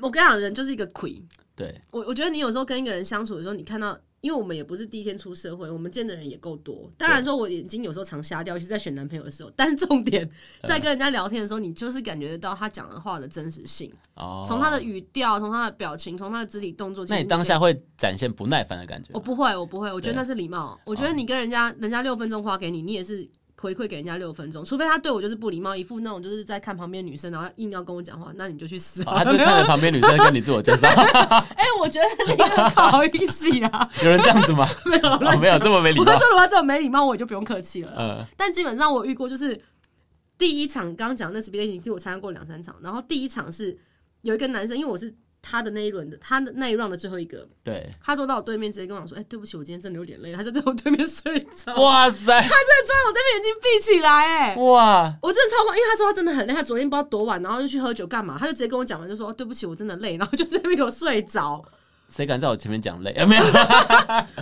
[SPEAKER 1] 我跟你讲，人就是一个鬼。
[SPEAKER 2] 对
[SPEAKER 1] 我我觉得你有时候跟一个人相处的时候，你看到，因为我们也不是第一天出社会，我们见的人也够多。当然说，我眼睛有时候常瞎掉，尤其是在选男朋友的时候。但是重点
[SPEAKER 2] 嗯
[SPEAKER 1] 在跟人家聊天的时候，你就是感觉得到他讲的话的真实性，
[SPEAKER 2] 哦，
[SPEAKER 1] 从他的语调，从他的表情，从他的肢体动作。其
[SPEAKER 2] 那
[SPEAKER 1] 实
[SPEAKER 2] 你
[SPEAKER 1] 可以
[SPEAKER 2] 当下会展现不耐烦的感觉
[SPEAKER 1] 我
[SPEAKER 2] 吗？
[SPEAKER 1] 不会，我不会，我觉得
[SPEAKER 2] 对哦
[SPEAKER 1] 那是礼貌。我觉得你跟人家，人家六分钟花给你，你也是回馈给人家六分钟，除非他对我就是不礼貌，一副那种就是在看旁边女生，然后硬要跟我讲话，那你就去死
[SPEAKER 2] 哦他
[SPEAKER 1] 好
[SPEAKER 2] 就
[SPEAKER 1] 了。
[SPEAKER 2] 看着旁边女生跟你自 我介绍，
[SPEAKER 1] 哎、我觉得那个好一起啊，
[SPEAKER 2] 有人这样子吗？
[SPEAKER 1] 没 有
[SPEAKER 2] 哦没有这么没礼
[SPEAKER 1] 我
[SPEAKER 2] 貌
[SPEAKER 1] 会。说，如果这种没礼貌，我也就不用客气了。
[SPEAKER 2] 嗯，
[SPEAKER 1] 但基本上我遇过，就是第一场刚刚讲那 speed dating，其实我参加过两三场。然后第一场是有一个男生，因为我是他的那一轮的，他的那一 round 的最后一个，
[SPEAKER 2] 对，
[SPEAKER 1] 他坐到我对面，直接跟我讲说：“哎、对不起，我今天真的有点累。”他就在我对面睡着，我
[SPEAKER 2] 哇塞，
[SPEAKER 1] 坐在我对面眼睛闭起来、哎。
[SPEAKER 2] 哇，
[SPEAKER 1] 我真的超慌，因为他说他真的很累，他昨天不知道多晚，然后又去喝酒干嘛，他就直接跟我讲完，就说、哦对不起，我真的累，然后就在那边给我睡着。
[SPEAKER 2] 谁敢在我前面讲累？啊没有，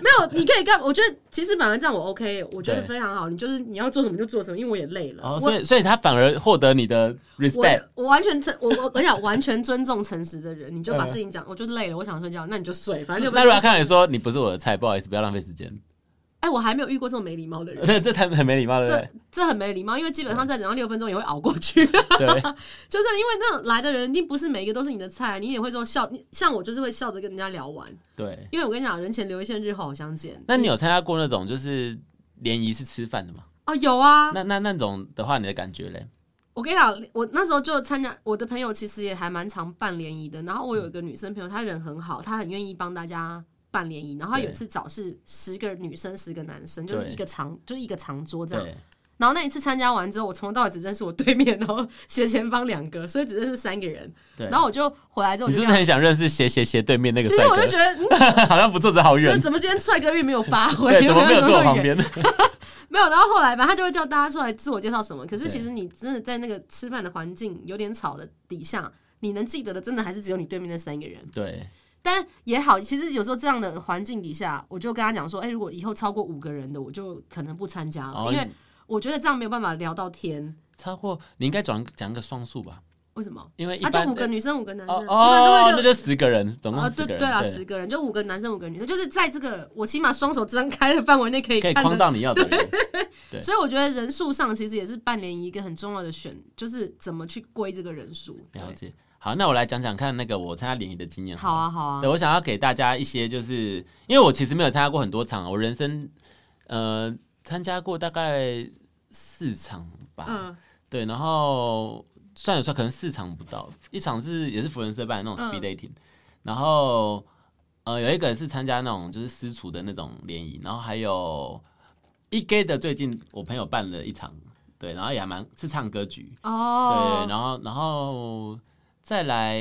[SPEAKER 1] 没有，你可以干，我觉得其实反而这样我 OK，我觉得
[SPEAKER 2] 对
[SPEAKER 1] 非常好。你就是你要做什么就做什么，因为我也累了。
[SPEAKER 2] 哦，
[SPEAKER 1] 我
[SPEAKER 2] 所以所以他反而获得你的 respect。
[SPEAKER 1] 我我完全诚，我我我讲完全尊重诚实的人，你就把
[SPEAKER 2] 嗯
[SPEAKER 1] 事情讲，我就累了，我想睡觉，那你就睡，反正就
[SPEAKER 2] 那如果他看到你说你不是我的菜，不好意思，不要浪费时间。
[SPEAKER 1] 哎，我还没有遇过这种没礼貌的人，
[SPEAKER 2] 这这才很没礼 貌，对不
[SPEAKER 1] 这
[SPEAKER 2] 对？
[SPEAKER 1] 这很没礼貌，因为基本上再等到六分钟也会熬过去， 就
[SPEAKER 2] 对，
[SPEAKER 1] 是因为那种来的人一定不是每一个都是你的菜，你也会说笑，你像我就是会笑着跟人家聊完，
[SPEAKER 2] 对。
[SPEAKER 1] 因为我跟你讲，人前留一线，日后好相见。
[SPEAKER 2] 那你有参加过那种就是联谊是吃饭的吗？
[SPEAKER 1] 哦有啊，
[SPEAKER 2] 那那那种的话，你的感觉嘞？
[SPEAKER 1] 我跟你讲，我那时候就参加我的朋友，其实也还蛮常办联谊的。然后我有一个女生朋友，她人很好，她很愿意帮大家办联谊。然后她有一次找是十个女生，十个男生，就是
[SPEAKER 2] 对
[SPEAKER 1] 一个长，就是一个长桌这样。
[SPEAKER 2] 对，
[SPEAKER 1] 然后那一次参加完之后，我从头到尾只认识我对面，然后斜前方两个，所以只认识三个人。
[SPEAKER 2] 对
[SPEAKER 1] 然后我就回来之后，我
[SPEAKER 2] 你
[SPEAKER 1] 就是跟
[SPEAKER 2] 不
[SPEAKER 1] 她
[SPEAKER 2] 是很想认识斜斜斜对面那个
[SPEAKER 1] 其
[SPEAKER 2] 帅
[SPEAKER 1] 实我就
[SPEAKER 2] 哥？
[SPEAKER 1] 觉得，嗯，
[SPEAKER 2] 好像不坐着好
[SPEAKER 1] 这
[SPEAKER 2] 远，
[SPEAKER 1] 怎么今天帅哥运没有发挥？
[SPEAKER 2] 对，怎么没有坐我
[SPEAKER 1] 那么
[SPEAKER 2] 旁
[SPEAKER 1] 远
[SPEAKER 2] 边？
[SPEAKER 1] 没有，然啊后后来吧，他就会叫大家出来自我介绍什么。可是其实你真的在那个吃饭的环境有点吵的底下，你能记得的真的还是只有你对面那三个人。
[SPEAKER 2] 对，
[SPEAKER 1] 但也好，其实有时候这样的环境底下，我就跟他讲说，哎、如果以后超过五个人的，我就可能不参加了，
[SPEAKER 2] 哦
[SPEAKER 1] 因为我觉得这样没有办法聊到天。
[SPEAKER 2] 超过你应该讲讲个双数吧，
[SPEAKER 1] 为什么？
[SPEAKER 2] 因为一
[SPEAKER 1] 啊，
[SPEAKER 2] 般
[SPEAKER 1] 就五个女生，五个男生，
[SPEAKER 2] 哦
[SPEAKER 1] 一般都会
[SPEAKER 2] 哦，
[SPEAKER 1] 六
[SPEAKER 2] 那就十个人，总
[SPEAKER 1] 啊，
[SPEAKER 2] 共
[SPEAKER 1] 对
[SPEAKER 2] 十个人，
[SPEAKER 1] 对啦，十个人就五个男生，五个女生，就是在这个我起码双手张开的范围内可以
[SPEAKER 2] 可以
[SPEAKER 1] 看
[SPEAKER 2] 框
[SPEAKER 1] 得
[SPEAKER 2] 到你要的人，对
[SPEAKER 1] 所以我觉得人数上其实也是半年一个很重要的选，就是怎么去归这个人数。对
[SPEAKER 2] 了解。好，那我来讲讲看那个我参加联谊的经验。
[SPEAKER 1] 好啊，好啊
[SPEAKER 2] 对，，我想要给大家一些，就是因为我其实没有参加过很多场，我人生呃参加过大概四场吧，
[SPEAKER 1] 嗯
[SPEAKER 2] 对，然后算了算，可能四场不到，一场是也是福伦社办的那种
[SPEAKER 1] 嗯
[SPEAKER 2] speed dating，、然后呃有一个是参加那种就是私厨的那种联谊，然后还有一 gay 的最近我朋友办了一场，对，然后也还蛮是唱歌局，对，
[SPEAKER 1] 哦，
[SPEAKER 2] 然后然后再来，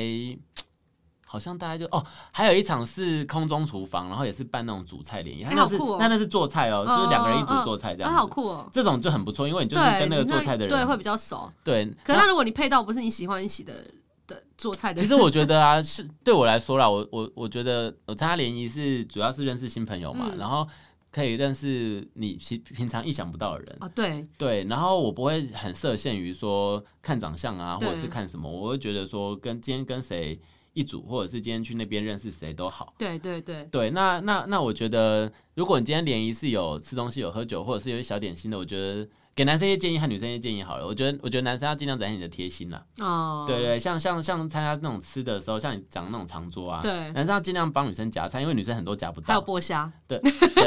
[SPEAKER 2] 好像大家就哦，还有一场是空中厨房，然后也是办那种煮菜联谊，他
[SPEAKER 1] 哎
[SPEAKER 2] 那
[SPEAKER 1] 好
[SPEAKER 2] 是、
[SPEAKER 1] 酷哦
[SPEAKER 2] 那那是做菜哦，就是两个人
[SPEAKER 1] 嗯
[SPEAKER 2] 一
[SPEAKER 1] 嗯
[SPEAKER 2] 组
[SPEAKER 1] 嗯
[SPEAKER 2] 做菜这
[SPEAKER 1] 那
[SPEAKER 2] 样
[SPEAKER 1] 好
[SPEAKER 2] 子。
[SPEAKER 1] 酷哦。
[SPEAKER 2] 这种就很不错，因为你就是
[SPEAKER 1] 对，
[SPEAKER 2] 跟那个做菜的
[SPEAKER 1] 你那对会
[SPEAKER 2] 人
[SPEAKER 1] 比较熟。
[SPEAKER 2] 对。
[SPEAKER 1] 可
[SPEAKER 2] 然
[SPEAKER 1] 是
[SPEAKER 2] 后
[SPEAKER 1] 那如果你配到不是你喜欢一起的的做菜的，
[SPEAKER 2] 其实我觉得啊，是对我来说啦，我我我觉得我参加联谊是主要是认识新朋友嘛，
[SPEAKER 1] 嗯
[SPEAKER 2] 然后可以认识你平平常意想不到的人。
[SPEAKER 1] 啊，对，
[SPEAKER 2] 对，然后我不会很设限于说看长相啊，或
[SPEAKER 1] 对
[SPEAKER 2] 者是看什么，我会觉得说跟今天跟谁一组，或者是今天去那边认识谁都好。
[SPEAKER 1] 对对对，
[SPEAKER 2] 对，那那那我觉得，如果你今天联谊是有吃东西、有喝酒，或者是有一些小点心的，我觉得给男生一些建议和女生一些建议好了。我觉得我觉得男生要尽量展现你的贴心啦。
[SPEAKER 1] 哦，
[SPEAKER 2] 对对，像像像参加那种吃的时候，像你讲的那种长桌啊。
[SPEAKER 1] 对，
[SPEAKER 2] 男生要尽量帮女生夹菜，因为女生很多夹不
[SPEAKER 1] 还有
[SPEAKER 2] 到。
[SPEAKER 1] 剥虾，
[SPEAKER 2] 对，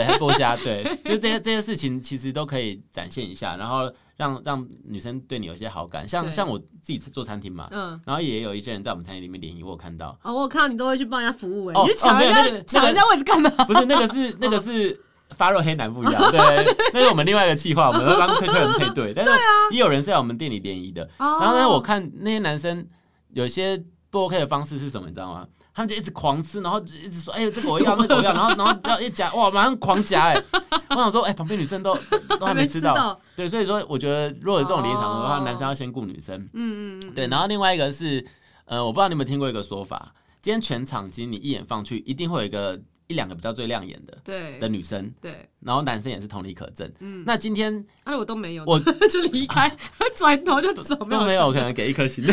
[SPEAKER 2] 还剥虾，对，就是这些这些事情其实都可以展现一下，然后让让女生对你有一些好感。像
[SPEAKER 1] 对
[SPEAKER 2] 像我自己做餐厅嘛，
[SPEAKER 1] 嗯。
[SPEAKER 2] 然后也有一些人在我们餐厅里面联谊，我有看到，
[SPEAKER 1] 哦，我有看到你都会去帮人家服务哎、
[SPEAKER 2] 哦
[SPEAKER 1] 你去抢
[SPEAKER 2] 哦没
[SPEAKER 1] 人家、
[SPEAKER 2] 有那个那个
[SPEAKER 1] 抢人家位置干嘛？
[SPEAKER 2] 不是那个是那个是发热黑男不一样，对，那是我们另外一个计划，我们会帮客客人配对，但是也有人是在我们店里联谊的。
[SPEAKER 1] 哦
[SPEAKER 2] 然后呢，我看那些男生有些不 OK 的方式是什么，你知道吗？他们就一直狂吃，然后就一直说：“哎、呦，这个我要，那个我要。”然后， 然后要一夹，哇，马上狂夹哎、我想说，哎、旁边女生都都都还没吃到，
[SPEAKER 1] 到，
[SPEAKER 2] 对，所以说我觉得如果有这种联谊场合的话，
[SPEAKER 1] 哦
[SPEAKER 2] 男生要先顾女生。
[SPEAKER 1] 嗯嗯嗯，
[SPEAKER 2] 对，然后另外一个是，呃，我不知道你有没有听过一个说法，今天全场其实你一眼放去，一定会有一个一两个比较最亮眼的
[SPEAKER 1] 对
[SPEAKER 2] 的女生，
[SPEAKER 1] 对，
[SPEAKER 2] 然后男生也是同理可证。那今天
[SPEAKER 1] 哎，我都没有，
[SPEAKER 2] 我 啊
[SPEAKER 1] 就离开， 转头就走，没
[SPEAKER 2] 都
[SPEAKER 1] 有
[SPEAKER 2] 没有，可能给一颗 星。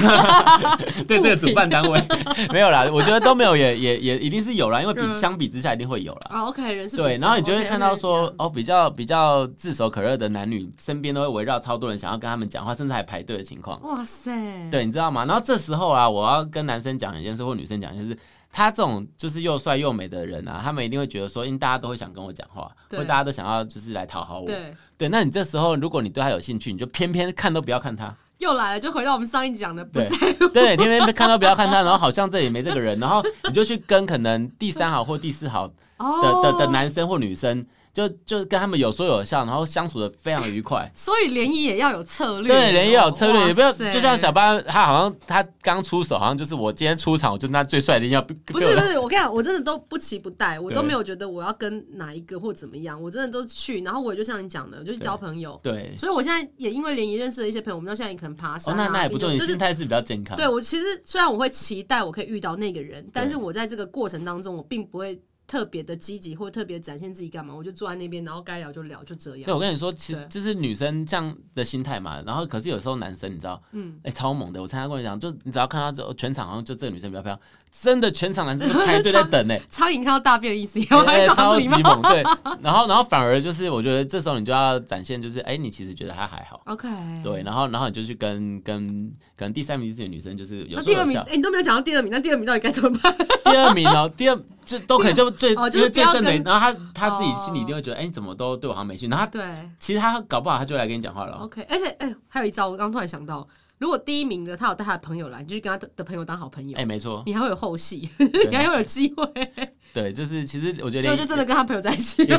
[SPEAKER 2] 对这个主办单位 没有啦，我觉得都没有也，也也一定是有啦，因为比、
[SPEAKER 1] 嗯
[SPEAKER 2] 相比之下一定会有啦。
[SPEAKER 1] 啊，OK，人是
[SPEAKER 2] 对，
[SPEAKER 1] 比较
[SPEAKER 2] 然后你就会
[SPEAKER 1] OK，
[SPEAKER 2] 看到说
[SPEAKER 1] OK，，
[SPEAKER 2] 哦，比较比较炙手可热的男女身边都会围绕超多人想要跟他们讲话，甚至还排队的情况。
[SPEAKER 1] 哇塞，
[SPEAKER 2] 对，你知道吗？然后这时候啊，我要跟男生讲一件事，或女生讲一件事，他这种就是又帅又美的人啊，他们一定会觉得说，因为大家都会想跟我讲话，或
[SPEAKER 1] 对
[SPEAKER 2] 大家都想要就是来讨好我。
[SPEAKER 1] 对，
[SPEAKER 2] 对那你这时候如果你对他有兴趣，你就偏偏看都不要看他，
[SPEAKER 1] 又来了，就回到我们上一集讲的，不
[SPEAKER 2] 对
[SPEAKER 1] 在
[SPEAKER 2] 对，偏偏看都不要看他，然后好像这里没这个人，然后你就去跟可能第三好或第四好的
[SPEAKER 1] 哦
[SPEAKER 2] 的的男生或女生，就就跟他们有说有笑，然后相处的非常愉快。
[SPEAKER 1] 所以联谊也要有策略，哦
[SPEAKER 2] 对，人也有策略，
[SPEAKER 1] 哇
[SPEAKER 2] 也不要
[SPEAKER 1] 塞
[SPEAKER 2] 就像小巴，他好像他刚出手，好像就是我今天出场，我就是那最帅的，一定要不
[SPEAKER 1] 不是不是，我跟你讲，我真的都不期不待，我都
[SPEAKER 2] 对
[SPEAKER 1] 没有觉得我要跟哪一个或怎么样，我真的都去，然后我也就像你讲的，我就去交朋友，
[SPEAKER 2] 对，
[SPEAKER 1] 所以我现在也因为联谊认识了一些朋友，我们到现在也可能爬
[SPEAKER 2] 哦
[SPEAKER 1] 山，啊，
[SPEAKER 2] 那那也不
[SPEAKER 1] 运
[SPEAKER 2] 错，
[SPEAKER 1] 动
[SPEAKER 2] 你
[SPEAKER 1] 就是
[SPEAKER 2] 心态是比较健康。
[SPEAKER 1] 对我其实虽然我会期待我可以遇到那个人，但是我在这个过程当中，我并不会特别的积极或特别展现自己干嘛，我就坐在那边，然后该聊就聊，就这
[SPEAKER 2] 对，
[SPEAKER 1] 样。
[SPEAKER 2] 我跟你说，其实
[SPEAKER 1] 对
[SPEAKER 2] 就是女生这样的心态嘛。然后，可是有时候男生，你知道，
[SPEAKER 1] 嗯，
[SPEAKER 2] 哎、超猛的。我参加过一场，就你只要看到这全场好像就这个女生比较漂亮，真的全场男生都排队在等 呢、
[SPEAKER 1] 苍蝇看到大便的意思，
[SPEAKER 2] 哎
[SPEAKER 1] 我还
[SPEAKER 2] 哎
[SPEAKER 1] 找
[SPEAKER 2] 超
[SPEAKER 1] 你
[SPEAKER 2] 级
[SPEAKER 1] 吗
[SPEAKER 2] 猛，对。然后，然后反而就是，我觉得这时候你就要展现，就是哎、你其实觉得他还好。
[SPEAKER 1] ？OK，
[SPEAKER 2] 对，。然后然后你就去跟跟可能第三名、第四名女生，就是有
[SPEAKER 1] 那
[SPEAKER 2] 说
[SPEAKER 1] 第二
[SPEAKER 2] 有
[SPEAKER 1] 名，
[SPEAKER 2] 笑。
[SPEAKER 1] 哎，你都没有讲到第二名，那第二名到底该怎么 办？
[SPEAKER 2] 第二名哦，第二就都可以，就最
[SPEAKER 1] 哦就是
[SPEAKER 2] 因为最
[SPEAKER 1] 不要
[SPEAKER 2] 正的。
[SPEAKER 1] 跟哦
[SPEAKER 2] 然后他他自己心里一定会觉得，哎，你怎么都对我好像没兴趣。然后他
[SPEAKER 1] 对
[SPEAKER 2] 其实他搞不好他就来跟你讲话了。
[SPEAKER 1] ，OK，而且哎，还有一招，我刚突然想到，如果第一名的他有带他的朋友来，你就去跟他的朋友当好朋友
[SPEAKER 2] 哎，，没错，
[SPEAKER 1] 你还会有后戏，
[SPEAKER 2] 对
[SPEAKER 1] 你还会有机会，
[SPEAKER 2] 对，就是其实我觉
[SPEAKER 1] 就
[SPEAKER 2] 得
[SPEAKER 1] 就真的跟他朋友在一 起
[SPEAKER 2] 也，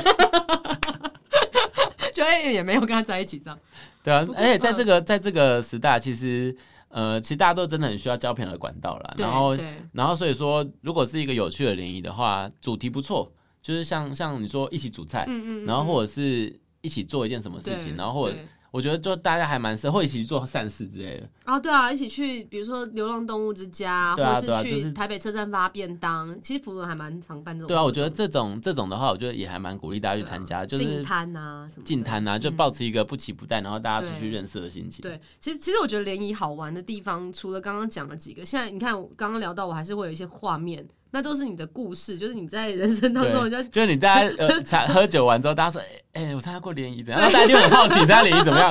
[SPEAKER 1] 就哎也没有跟他在一起这样。
[SPEAKER 2] 对啊
[SPEAKER 1] 不，过嗯
[SPEAKER 2] 而且在这个在这个时代，其实呃，其实大家都真的很需要交朋友的管道啦。
[SPEAKER 1] 对
[SPEAKER 2] 然后
[SPEAKER 1] 对
[SPEAKER 2] 然后所以说，如果是一个有趣的联谊的话，主题不错，就是像像你说一起煮菜，
[SPEAKER 1] 嗯嗯嗯
[SPEAKER 2] 然后或者是一起做一件什么事
[SPEAKER 1] 对
[SPEAKER 2] 情，然后或者
[SPEAKER 1] 对
[SPEAKER 2] 我觉得就大家还蛮适合，或者一起做善事之类的。
[SPEAKER 1] 啊，对啊，一起去，比如说流浪动物之家，
[SPEAKER 2] 对啊
[SPEAKER 1] 或
[SPEAKER 2] 对
[SPEAKER 1] 者
[SPEAKER 2] 啊
[SPEAKER 1] 是
[SPEAKER 2] 就是
[SPEAKER 1] 去台北车站发便当。其实福伦还蛮常办这种活动。
[SPEAKER 2] 对啊，我觉得这种这种的话，我觉得也还蛮鼓励大家
[SPEAKER 1] 啊
[SPEAKER 2] 去参加，就
[SPEAKER 1] 进
[SPEAKER 2] 是
[SPEAKER 1] 摊啊什么的
[SPEAKER 2] 进。摊啊，就保持一个不期不待，然后大家出
[SPEAKER 1] 对
[SPEAKER 2] 去认识的心情。
[SPEAKER 1] 对，其实其实我觉得联谊好玩的地方，除了刚刚讲的几个，现在你看我刚刚聊到，我还是会有一些画面，那都是你的故事，就是你在人生当中，人家
[SPEAKER 2] 就是你大家呃，才喝酒完之后，大家说，哎、哎，我参加过联 谊怎样？然后大家就很好奇，参加联谊怎么样？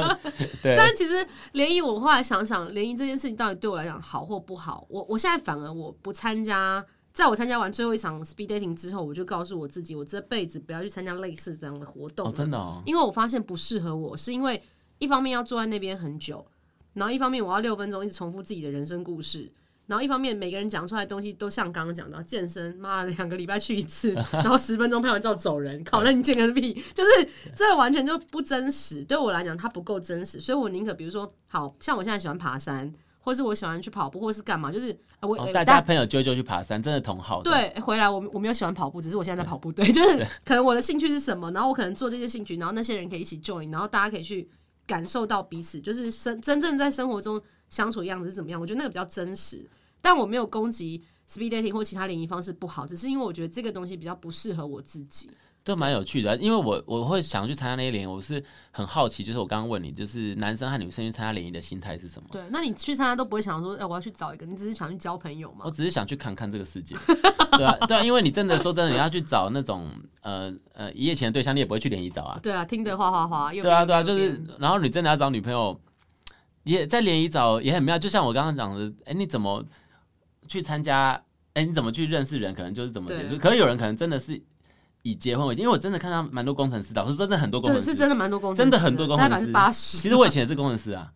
[SPEAKER 2] 对，
[SPEAKER 1] 但其实联谊，我后来想想，联谊这件事情到底对我来讲好或不好，我我现在反而我不参加。在我参加完最后一场 speed dating 之后，我就告诉我自己，我这辈子不要去参加类似这样的活动啊
[SPEAKER 2] 哦，
[SPEAKER 1] 了、
[SPEAKER 2] 真的哦，
[SPEAKER 1] 因为我发现不适合我，是因为一方面要坐在那边很久，然后一方面我要六分钟一直重复自己的人生故事，然后一方面每个人讲出来的东西都像刚刚讲到健身，妈的两个礼拜去一 次，然后十分钟拍完照走人，考那你健个屁！就是这完全就不真实，对我来讲它不够真实，所以我宁可比如说，好像我现在喜欢爬山，或是我喜欢去跑步，或是干嘛，就是呃我、
[SPEAKER 2] 哦
[SPEAKER 1] 呃
[SPEAKER 2] 大家朋友揪一揪去爬山，真的同好的。
[SPEAKER 1] 对，回来我我没有喜欢跑步，只是我现在在跑步。对，就是可能我的兴趣是什么，然后我可能做这些兴趣，然后那些人可以一起 join，然后大家可以去感受到彼此，就是生真正在生活中相处的样子是怎么样。我觉得那个比较真实，但我没有攻击 speed dating 或其他联谊方式不好，只是因为我觉得这个东西比较不适合我自己。
[SPEAKER 2] 都蛮有趣的啊，因为我我会想去参加那些联谊，我是很好奇，就是我刚刚问你，就是男生和女生去参加联谊的心态是什么？
[SPEAKER 1] 对，那你去参加都不会想说，哎、我要去找一个，你只是想去交朋友嘛
[SPEAKER 2] 我？只是想去看看这个世界，对啊，对啊，因为你真的说真的，你要去找那种呃呃一夜情的对象，你也不会去联谊找啊，
[SPEAKER 1] 对啊，听得哗哗哗。右
[SPEAKER 2] 对啊，
[SPEAKER 1] 边
[SPEAKER 2] 对啊，
[SPEAKER 1] 右
[SPEAKER 2] 就
[SPEAKER 1] 边
[SPEAKER 2] 是，然后你真的要找女朋友，也在联谊找也很妙。就像我刚刚讲的，哎、你怎么去参加？哎、你怎么去认识人？可能就是怎么
[SPEAKER 1] 对
[SPEAKER 2] 结束。可是有人可能真的是以结婚为，因为我真的看到蛮多工程师的，我是真的很多工
[SPEAKER 1] 对，
[SPEAKER 2] 程师，
[SPEAKER 1] 是真的蛮多工程师，
[SPEAKER 2] 真的很多工程
[SPEAKER 1] 大概百分
[SPEAKER 2] 师
[SPEAKER 1] 之八十哦
[SPEAKER 2] 其，实我以前也是工程 师啊，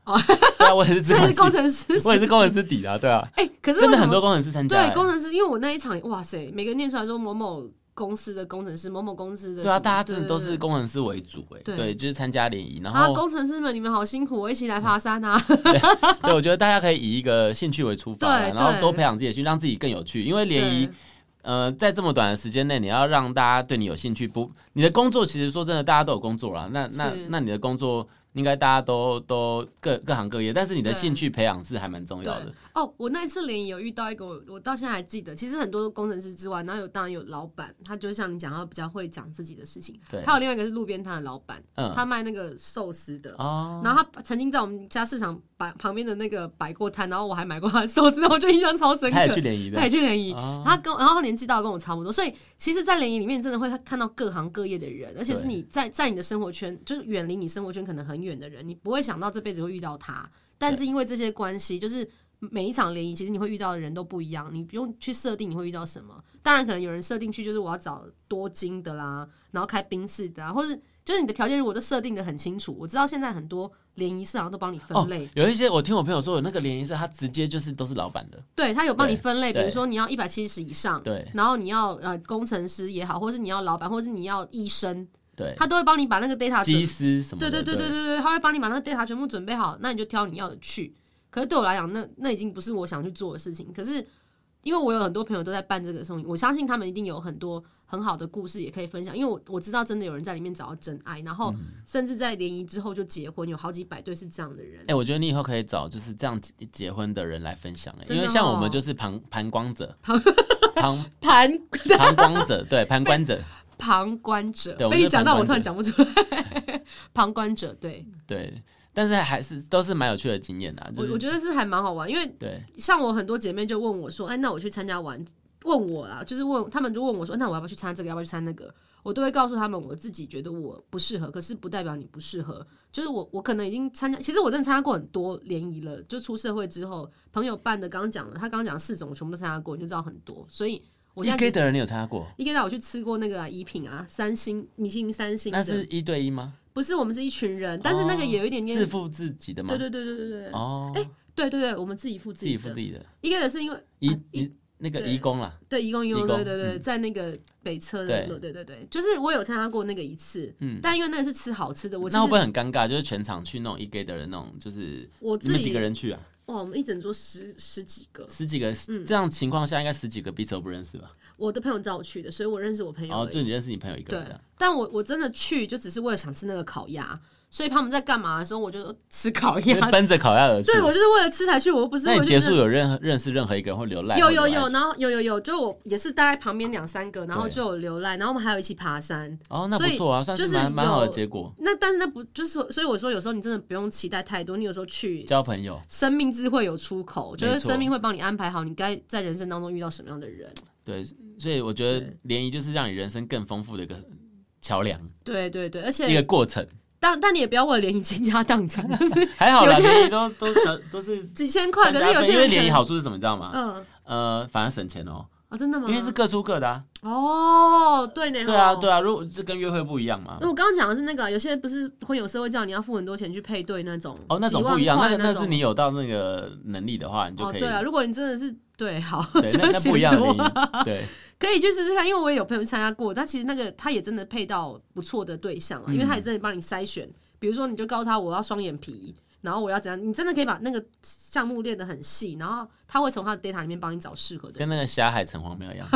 [SPEAKER 2] 对啊，我也是资
[SPEAKER 1] 所
[SPEAKER 2] 管
[SPEAKER 1] 以
[SPEAKER 2] 系
[SPEAKER 1] 是工程师，
[SPEAKER 2] 我也是工程师底的、啊，对啊，
[SPEAKER 1] 哎、可是为
[SPEAKER 2] 真的
[SPEAKER 1] 什
[SPEAKER 2] 很
[SPEAKER 1] 么
[SPEAKER 2] 多工程师参加、
[SPEAKER 1] 对
[SPEAKER 2] 哎，
[SPEAKER 1] 工程师，因为我那一场，哇塞，每个人念出来说某某公司的工程师，某某公司的什么，
[SPEAKER 2] 对啊，大家真的都是
[SPEAKER 1] 对。对对
[SPEAKER 2] 工程师为主、哎，
[SPEAKER 1] 对
[SPEAKER 2] 对，就是参加联谊，然
[SPEAKER 1] 啊，
[SPEAKER 2] 后嗯
[SPEAKER 1] 工程师们，你们好辛苦，我一起来爬山啊！
[SPEAKER 2] 对，我觉得大家可以以一个兴趣为出发啦，
[SPEAKER 1] 对
[SPEAKER 2] 然后
[SPEAKER 1] 对
[SPEAKER 2] 多培养自己的兴趣，让自己更有趣。因为联谊
[SPEAKER 1] 对，
[SPEAKER 2] 呃，在这么短的时间内，你要让大家对你有兴趣，不，你的工作其实说真的，大家都有工作啦。那那
[SPEAKER 1] 是
[SPEAKER 2] 那你的工作应该大家都都各各行各业，但是你的
[SPEAKER 1] 对
[SPEAKER 2] 兴趣培养是还蛮重要的
[SPEAKER 1] 对。哦，我那一次联谊有遇到一个，我我到现在还记得。其实很多工程师之外，然后有当然有老板，他就像你讲，他比较会讲自己的事情。
[SPEAKER 2] 对
[SPEAKER 1] 还，有另外一个是路边摊的老板，
[SPEAKER 2] 嗯，
[SPEAKER 1] 他卖那个寿司的。
[SPEAKER 2] 哦，
[SPEAKER 1] 然后他曾经在我们家市场摆旁边的那个摆过摊，然后我还买过他的寿司，然后我就印象超深刻。
[SPEAKER 2] 他也去联谊
[SPEAKER 1] 他
[SPEAKER 2] 的
[SPEAKER 1] 也，去联谊，
[SPEAKER 2] 哦
[SPEAKER 1] 他跟我然后他年纪大跟我差不多，所以其实，在联谊里面真的会看到各行各业的人，而且是
[SPEAKER 2] 对
[SPEAKER 1] 你在在你的生活圈，就是远离你生活圈可能很远的人，你不会想到这辈子会遇到他，但是因为这些关系，就是每一场联谊，其实你会遇到的人都不一样，你不用去设定你会遇到什么。当然，可能有人设定去就是我要找多金的啦，然后开宾室的啊，或者就是你的条件如果都设定的很清楚，我知道现在很多联谊市场都帮你分类，
[SPEAKER 2] 有一些我听我朋友说，有那个联谊社，他直接就是都是老板的，
[SPEAKER 1] 对他有帮你
[SPEAKER 2] 对
[SPEAKER 1] 分类，比如
[SPEAKER 2] 对
[SPEAKER 1] 说你要一百七十以上，
[SPEAKER 2] 对
[SPEAKER 1] 然后你要呃工程师也好，或是你要老板，或是你要医生，
[SPEAKER 2] 对，
[SPEAKER 1] 他都会帮你把那个 data 准
[SPEAKER 2] 机师什么
[SPEAKER 1] 对
[SPEAKER 2] 的，
[SPEAKER 1] 对对对对对，他会帮你把那个 data 全部准备好，那你就挑你要的去。可是对我来讲，那那已经不是我想去做的事情。可是因为我有很多朋友都在办这个事情，我相信他们一定有很多很好的故事也可以分享。因为我我知道真的有人在里面找到真爱，然后甚至在联谊之后就结婚，有好几百对是这样的人
[SPEAKER 2] 哎、。我觉得你以后可以找就是这样结结婚的人来分享、哎，
[SPEAKER 1] 真
[SPEAKER 2] 因
[SPEAKER 1] 的
[SPEAKER 2] 为像
[SPEAKER 1] 哦
[SPEAKER 2] 我们就是旁旁观 者，旁
[SPEAKER 1] 旁
[SPEAKER 2] 旁观者，对，旁观者，
[SPEAKER 1] 旁观者
[SPEAKER 2] 对我们
[SPEAKER 1] 被你
[SPEAKER 2] 是
[SPEAKER 1] 讲到，
[SPEAKER 2] 旁
[SPEAKER 1] 我突然
[SPEAKER 2] 观者
[SPEAKER 1] 讲不出来。旁观者，对
[SPEAKER 2] 对，但是还是都是蛮有趣的经验啊，就
[SPEAKER 1] 我我
[SPEAKER 2] 是
[SPEAKER 1] 觉得是还蛮好玩，因为
[SPEAKER 2] 对，
[SPEAKER 1] 像我很多姐妹就问我说：“哎，那我去参加完，问我啦，就是问他们就问我说，那我要不要去参加这个，要不要去参加那个？”我都会告诉他们，我自己觉得我不适合，可是不代表你不适合。就是我，我可能已经参加，其实我真的参加过很多联谊了。就出社会之后，朋友办的，刚刚讲了，他刚刚讲四种，我全部都参加过，你就知道很多。所以我
[SPEAKER 2] 一
[SPEAKER 1] 现
[SPEAKER 2] ，E K
[SPEAKER 1] 在
[SPEAKER 2] 的人你有参加过？
[SPEAKER 1] 一个带我去吃过那个啊怡、品啊，三星米其林三星的，
[SPEAKER 2] 那是一对一吗？
[SPEAKER 1] 不是我们是一群人，但是那个
[SPEAKER 2] 哦
[SPEAKER 1] 也有一点点，
[SPEAKER 2] 自付自己的吗
[SPEAKER 1] 对？对对对对对，
[SPEAKER 2] 哦，
[SPEAKER 1] 对对对，我们自己付
[SPEAKER 2] 自己付
[SPEAKER 1] 的
[SPEAKER 2] 自。己的，
[SPEAKER 1] 一个的是因为
[SPEAKER 2] 一
[SPEAKER 1] 啊
[SPEAKER 2] 你那个
[SPEAKER 1] 对
[SPEAKER 2] 义工啊啦，
[SPEAKER 1] 对，一共一共，
[SPEAKER 2] 义工
[SPEAKER 1] 对对对，在那个北车的路，对对对，就是我有参加过那个一次，
[SPEAKER 2] 嗯
[SPEAKER 1] 但因为那个是吃好吃的，我其
[SPEAKER 2] 那会不
[SPEAKER 1] 实
[SPEAKER 2] 会很尴尬？就是全场去那种一 K 的人那种，就是
[SPEAKER 1] 我
[SPEAKER 2] 你
[SPEAKER 1] 自
[SPEAKER 2] 们几个
[SPEAKER 1] 己
[SPEAKER 2] 人去啊？
[SPEAKER 1] 哇，我们一整桌十十几个，
[SPEAKER 2] 十几个、
[SPEAKER 1] 嗯
[SPEAKER 2] 这样情况下，应该十几个彼此都不认识吧？
[SPEAKER 1] 我的朋友找我去的，所以我认识我朋友
[SPEAKER 2] 然后
[SPEAKER 1] 而已。
[SPEAKER 2] 就你认识你朋友一个
[SPEAKER 1] 对
[SPEAKER 2] 人这样，，
[SPEAKER 1] 但我我真的去就只是为了想吃那个烤鸭，所以他们在干嘛的时候，我就吃烤
[SPEAKER 2] 因为
[SPEAKER 1] 鸭。
[SPEAKER 2] 奔着烤鸭而去。
[SPEAKER 1] 对，我就是为了吃才去，我又不是
[SPEAKER 2] 那
[SPEAKER 1] 为
[SPEAKER 2] 你
[SPEAKER 1] 了
[SPEAKER 2] 结
[SPEAKER 1] 就是
[SPEAKER 2] 束有认认识任何一个人会流赖？
[SPEAKER 1] 有
[SPEAKER 2] 或
[SPEAKER 1] 有
[SPEAKER 2] 留
[SPEAKER 1] 有，
[SPEAKER 2] 爱
[SPEAKER 1] 然后有有有，就我也是大概旁边两三个，然后
[SPEAKER 2] 对
[SPEAKER 1] 就有留赖，然后我们还有一起爬山。
[SPEAKER 2] 哦，那
[SPEAKER 1] 所
[SPEAKER 2] 不
[SPEAKER 1] 以
[SPEAKER 2] 错啊，算
[SPEAKER 1] 就是是
[SPEAKER 2] 蛮蛮好的
[SPEAKER 1] 有
[SPEAKER 2] 结果，
[SPEAKER 1] 那但是那不就是说，所以我说有时候你真的不用期待太多，你有时候去
[SPEAKER 2] 交朋友。
[SPEAKER 1] 生命智慧有出口，就是
[SPEAKER 2] 没错
[SPEAKER 1] 生命会帮你安排好你该在人生当中遇到什么样的人。
[SPEAKER 2] 对，所以我觉得
[SPEAKER 1] 对
[SPEAKER 2] 联谊就是让你人生更丰富的一个桥梁，
[SPEAKER 1] 对对对，而
[SPEAKER 2] 一个
[SPEAKER 1] 且
[SPEAKER 2] 过程。
[SPEAKER 1] 当但你也不要为了联谊倾家荡 产，就是
[SPEAKER 2] 还好啦，
[SPEAKER 1] 有些
[SPEAKER 2] 联谊都都小 都是
[SPEAKER 1] 几千块，
[SPEAKER 2] 参
[SPEAKER 1] 可
[SPEAKER 2] 加
[SPEAKER 1] 是有
[SPEAKER 2] 费，
[SPEAKER 1] 些
[SPEAKER 2] 因为
[SPEAKER 1] 人
[SPEAKER 2] 联谊
[SPEAKER 1] 可能，
[SPEAKER 2] 好处是什么，你知道吗？
[SPEAKER 1] 嗯，
[SPEAKER 2] 呃，反而省钱哦，
[SPEAKER 1] 哦，真的吗？
[SPEAKER 2] 因为是各出各的啊。
[SPEAKER 1] 哦，嗯对呢，
[SPEAKER 2] 对啊，
[SPEAKER 1] 吼
[SPEAKER 2] 对。啊，如果这跟约会不一样嘛
[SPEAKER 1] 那。我刚刚讲的是那个，有些不是婚友社会叫你要付很多钱去配对那种
[SPEAKER 2] 哦，那
[SPEAKER 1] 几
[SPEAKER 2] 种不
[SPEAKER 1] 万
[SPEAKER 2] 一样，那
[SPEAKER 1] 块
[SPEAKER 2] 个
[SPEAKER 1] 那
[SPEAKER 2] 那
[SPEAKER 1] 种
[SPEAKER 2] 是你有到那个能力的话，你就
[SPEAKER 1] 哦，
[SPEAKER 2] 可以。
[SPEAKER 1] 对啊，如果你真的是对好，
[SPEAKER 2] 对，
[SPEAKER 1] 就
[SPEAKER 2] 那那不一样的
[SPEAKER 1] 嫌
[SPEAKER 2] 联
[SPEAKER 1] 多
[SPEAKER 2] 谊，对，
[SPEAKER 1] 可以去试试看，因为我也有朋友去参加过，但其实那个他也真的配到不错的对象了，啊因为他也真的帮你筛选，比如说你就告诉他我要双眼皮。然后我要怎样？你真的可以把那个项目练得很细，然后他会从他的 data 里面帮你找适合的人。
[SPEAKER 2] 跟那个霞海城隍庙一样。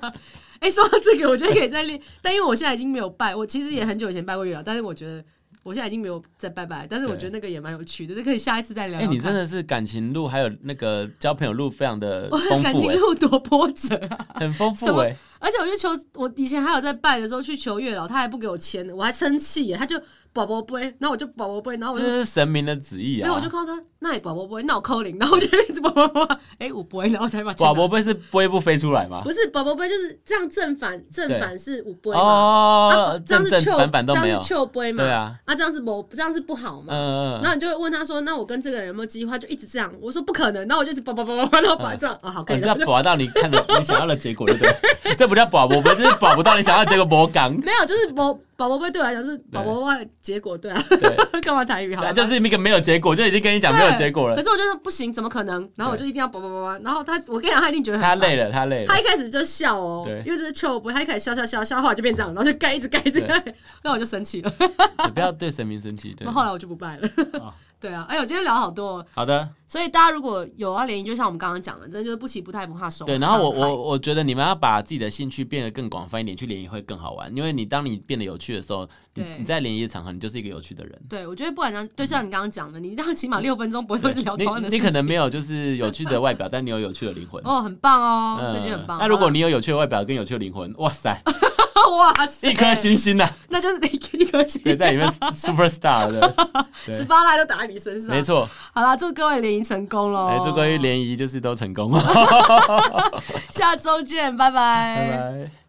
[SPEAKER 1] 哎，说到这个，我觉得可以再练，但因为我现在已经没有拜，我其实也很久以前拜过月老，但是我觉得我现在已经没有再拜拜，但是我觉得那个也蛮有趣的，这可以下一次再聊
[SPEAKER 2] 哎、
[SPEAKER 1] 聊看。
[SPEAKER 2] 你真的是感情路还有那个交朋友路非 常的丰
[SPEAKER 1] 感
[SPEAKER 2] 富
[SPEAKER 1] 情
[SPEAKER 2] 哎、
[SPEAKER 1] 路多波折啊！
[SPEAKER 2] 很丰富
[SPEAKER 1] 什么
[SPEAKER 2] 哎、
[SPEAKER 1] 而且我就求，我以前还有在拜的时候去求月老，他还不给我签，我还生气耶，他就宝宝杯，然后我就宝宝杯，然啊后我
[SPEAKER 2] 这
[SPEAKER 1] 就，
[SPEAKER 2] 是神明的旨意
[SPEAKER 1] 然
[SPEAKER 2] 啊
[SPEAKER 1] 后我！就看到他，那也宝宝杯，那我扣零，然后我就一直宝宝杯，哎、我不会，然后才把钱拿
[SPEAKER 2] 宝宝贝是不会不飞出来吗？
[SPEAKER 1] 不是宝宝杯就是这样正反正反是五杯嘛，啊
[SPEAKER 2] 哦，
[SPEAKER 1] 这样
[SPEAKER 2] 正
[SPEAKER 1] 是
[SPEAKER 2] 正
[SPEAKER 1] 秋
[SPEAKER 2] 反反都
[SPEAKER 1] 这
[SPEAKER 2] 没有
[SPEAKER 1] 样是。秋杯嘛，
[SPEAKER 2] 对啊，
[SPEAKER 1] 这样是不这样是不好嘛。
[SPEAKER 2] 嗯嗯
[SPEAKER 1] 然后你就会问他说：“那我跟这个人有没有机会？”他就一直这样，我说不可能，然后我就一直叭叭叭叭叭，然后把这样啊，好，可
[SPEAKER 2] 嗯，
[SPEAKER 1] 以
[SPEAKER 2] 你
[SPEAKER 1] 了
[SPEAKER 2] 就要保到你看到你想要的结果，对不对？这不叫保宝贝，这是保不到你想要的结果，博港。
[SPEAKER 1] 没有，就是宝宝宝贝对我来讲是宝宝贝的结果，对啊， 干嘛台语 好
[SPEAKER 2] 对啊，
[SPEAKER 1] 了？
[SPEAKER 2] 就是一个没有结果，就已经跟你讲没有结果了
[SPEAKER 1] 可。是我就说不行，怎么可能？然后我就一定要叭叭叭叭，然后他，我跟你讲，他一定觉得很
[SPEAKER 2] 他
[SPEAKER 1] 烦
[SPEAKER 2] 累。了，他累了
[SPEAKER 1] 他。一开始就笑哦
[SPEAKER 2] 对，
[SPEAKER 1] 因为这是糗不，他一开始笑笑笑笑，后来就变这样，然后就盖一直盖一直盖， 那我就生气了。
[SPEAKER 2] 你不要对神明生气。对
[SPEAKER 1] 那，后来我就不拜了
[SPEAKER 2] 哦。
[SPEAKER 1] 对啊，哎呦，今天聊 好多哦，
[SPEAKER 2] 好的，
[SPEAKER 1] 所以大家如果有要联谊，就像我们刚刚讲的，真的就是不急不太不怕手。
[SPEAKER 2] 对。然后我
[SPEAKER 1] 上海
[SPEAKER 2] 我我觉得你们要把自己的兴趣变得更广泛一点，去联谊会更好玩。因为你当你变得有趣的时候，你
[SPEAKER 1] 对
[SPEAKER 2] 你在联谊的场合，你就是一个有趣的人。
[SPEAKER 1] 对我觉得不管讲，就像你刚刚讲的，你让起码六分钟不会都一直聊
[SPEAKER 2] 你
[SPEAKER 1] 同样的事
[SPEAKER 2] 你
[SPEAKER 1] 情，
[SPEAKER 2] 可能没有就是有趣的外表，但你有有趣的灵魂。
[SPEAKER 1] 哦，很棒哦，
[SPEAKER 2] 嗯
[SPEAKER 1] 这句很棒。
[SPEAKER 2] 那如果你有有趣的外表跟有趣的灵魂，哇 塞，
[SPEAKER 1] 哇塞，
[SPEAKER 2] 一颗星星呐、啊
[SPEAKER 1] 那就是一颗星，
[SPEAKER 2] 对，在里面 super star 的，
[SPEAKER 1] 十
[SPEAKER 2] 对，
[SPEAKER 1] 八拉都打在你身上。
[SPEAKER 2] 没错，
[SPEAKER 1] 好啦，祝各位联谊成功喽！
[SPEAKER 2] 哎，祝各位联谊就是都成功，
[SPEAKER 1] 下周见，拜拜，
[SPEAKER 2] 拜拜。